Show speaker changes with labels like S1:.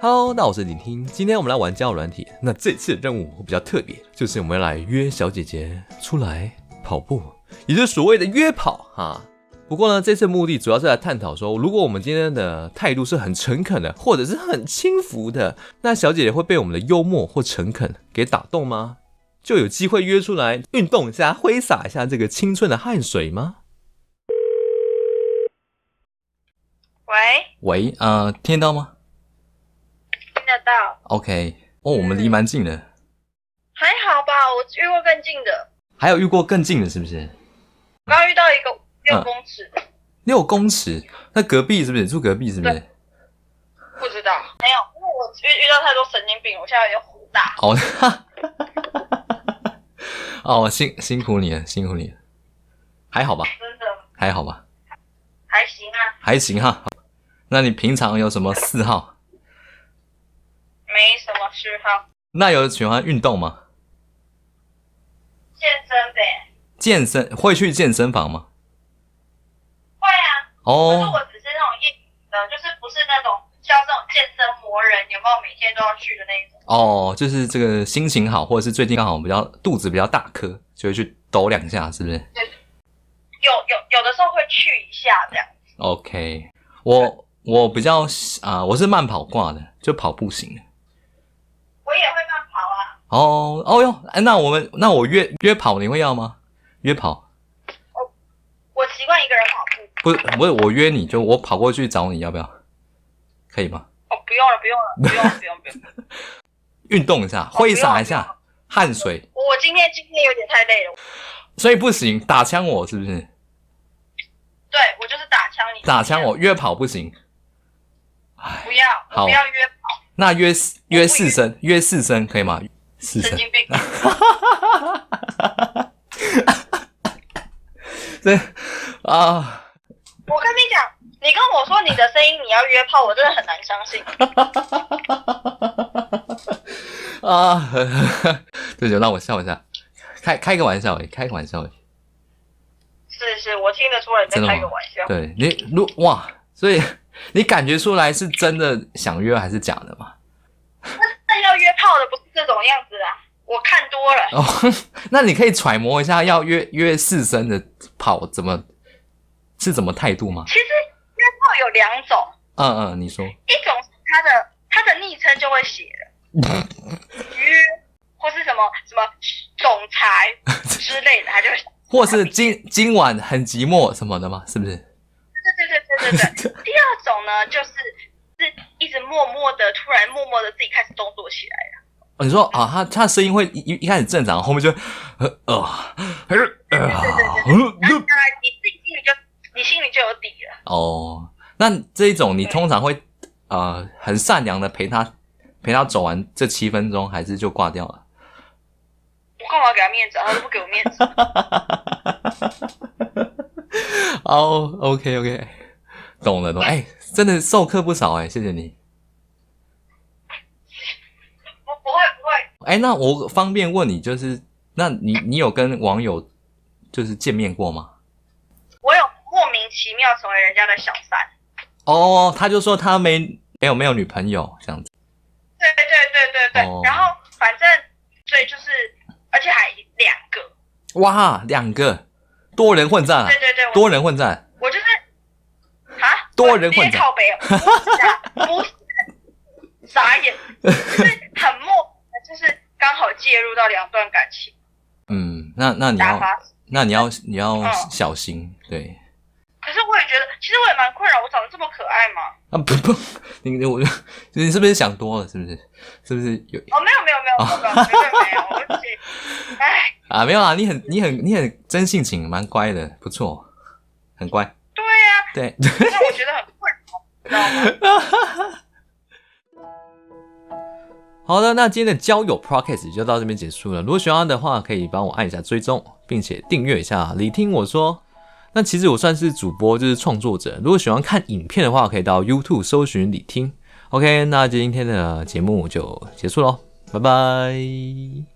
S1: Hello，那我是李听，今天我们来玩交友软体。那这次的任务比较特别，就是我们来约小姐姐出来跑步，也就是所谓的约跑哈。不过呢，这次目的主要是来探讨说，如果我们今天的态度是很诚恳的，或者是很轻浮的，那小姐姐会被我们的幽默或诚恳给打动吗？就有机会约出来运动一下，挥洒一下这个青春的汗水吗？
S2: 喂，
S3: 喂，呃，听得到吗
S2: 听得到？
S3: ？OK，哦，我们离蛮近
S1: 嗯
S3: 的，
S2: 还好吧，我遇过更近的，
S3: 还有遇过更近的，是不是？
S2: 我刚遇到一个六公尺的，
S3: 六公尺，那隔壁是不是住隔壁是不是
S2: 对？不知道没有，因为我遇遇到太多神经病，我现在有点火大。
S3: 哦，哈哈 哦，辛辛苦你了，辛苦你了，还好吧，
S2: 真的
S3: 还好吧，
S2: 还行啊，
S3: 还行哈。好那你平常有什么嗜好？
S2: 没什么嗜好，
S3: 那有喜欢运动吗？
S2: 健身呗。
S3: 健身会去健身房吗？
S2: 会啊，可是
S3: 哦
S2: 我只是那种业余的，就是不是那种像这种健身魔人，有没有每天都要去的那一种？
S3: 哦，就是这个心情好，或者是最近刚好比较肚子比较大颗，就会去抖两下，是不是？
S2: 有有有的时候会去一下这样。
S3: OK，我我比较啊、我是慢跑挂的，就跑步型的。
S2: 我也会慢跑啊，
S3: 哦哦哟，哎那我们那我约约跑你会要吗？约跑
S2: 我习惯一个人跑步。
S3: 不是不是我约你就我跑过去找你要不要？可以吗？
S2: 哦，不用了，不用了，不用了，不用，不用。
S3: 运动一下，挥洒一下汗水，
S2: 我我今天今天有点太累了，
S3: 所以不行，打枪我是不是？
S2: 对我就是打枪你。
S3: 打枪我约跑不行，
S2: 不要，我
S3: 好
S2: 不要约跑，
S3: 那约四约四声，约四声可以吗？四
S2: 神
S3: 声，
S2: 经病。
S3: 对啊，
S2: 我跟你讲，你跟我说你的声音你要约炮，我真的很难相信。
S3: 啊， 呵呵对，就让我笑一下，开开个玩笑而已，开个玩笑而已。
S2: 是是，我听得出来你在
S3: 真的吗
S2: 开个玩笑。
S3: 对你，如哇，所以 你感觉出来是真的想约还是假的嘛？
S2: 但要约炮的不是这种样子啊，我看多了。
S3: 哦， 那你可以揣摩一下，要约约四声的跑怎么是怎么态度吗？
S2: 其实约炮有两种，
S3: 嗯嗯，你说
S2: 一种是他的他的昵称就会写 了，约或是什么什么总裁之类的，他就会写。
S3: 或是今今晚很寂寞什么的吗？是不是？
S2: 对对对对对 对。第二种呢，就是是一直默默的，突然默默的自己开始动作起来。
S3: 哦、你说啊，他他的声音会一一一开始正常，后面就呃呃呃呃 呃
S2: 当然你自己心里就你心里就有底了。
S3: 哦，那这一种你通常会呃很善良的陪他陪他走完这七分钟，还是就挂掉了？
S2: 我干嘛给他面 子啊？他都不给我面子。
S3: 哦、o k OK，懂了懂了。哎、真的授课不少哎、谢谢你。
S2: 我不会不会，
S3: 哎、那我方便问你，就是那你你有跟网友就是见面过吗？
S2: 我有莫名其妙成为人家的小三。
S3: 哦、他就说他没没有没有女朋友这样子。
S2: 对对对对对。
S3: 哦
S2: 然后反正对就是，而且还两个。
S3: 哇，两个多人混战啊
S2: 对，对对，我
S3: 多人混战。
S2: 我就是啊，
S3: 多人混
S2: 我直接
S3: 战
S2: 靠北哦，不是啊，不是，傻眼，就是很莫，就是刚好介入到两段感情，
S3: 嗯，那那你
S2: 打
S3: 要
S2: 发
S3: 那你要你要
S2: 嗯
S3: 小心，对
S2: 可是我也觉得，其实我也蛮困扰，我长得这么可爱 嘛。
S3: 啊不不，你你我你是不是想多了？是不是？是不是有
S2: 哦，没有没有没有没有 没有没有，我只哎，
S3: 啊，没有啊，你很你很你很真性情，蛮乖的，不错，很乖。
S2: 对呀、
S3: 对，
S2: 让我觉得很困扰，你知道吗？
S1: 好的，那今天的交友 podcast 就到这边结束了。如果喜欢的话，可以帮我按一下追踪，并且订阅一下。你听我说，那其实我算是主播，就是创作者。如果喜欢看影片的话，可以到 YouTube 搜寻李听。OK，那今天的节目就结束喽，拜拜。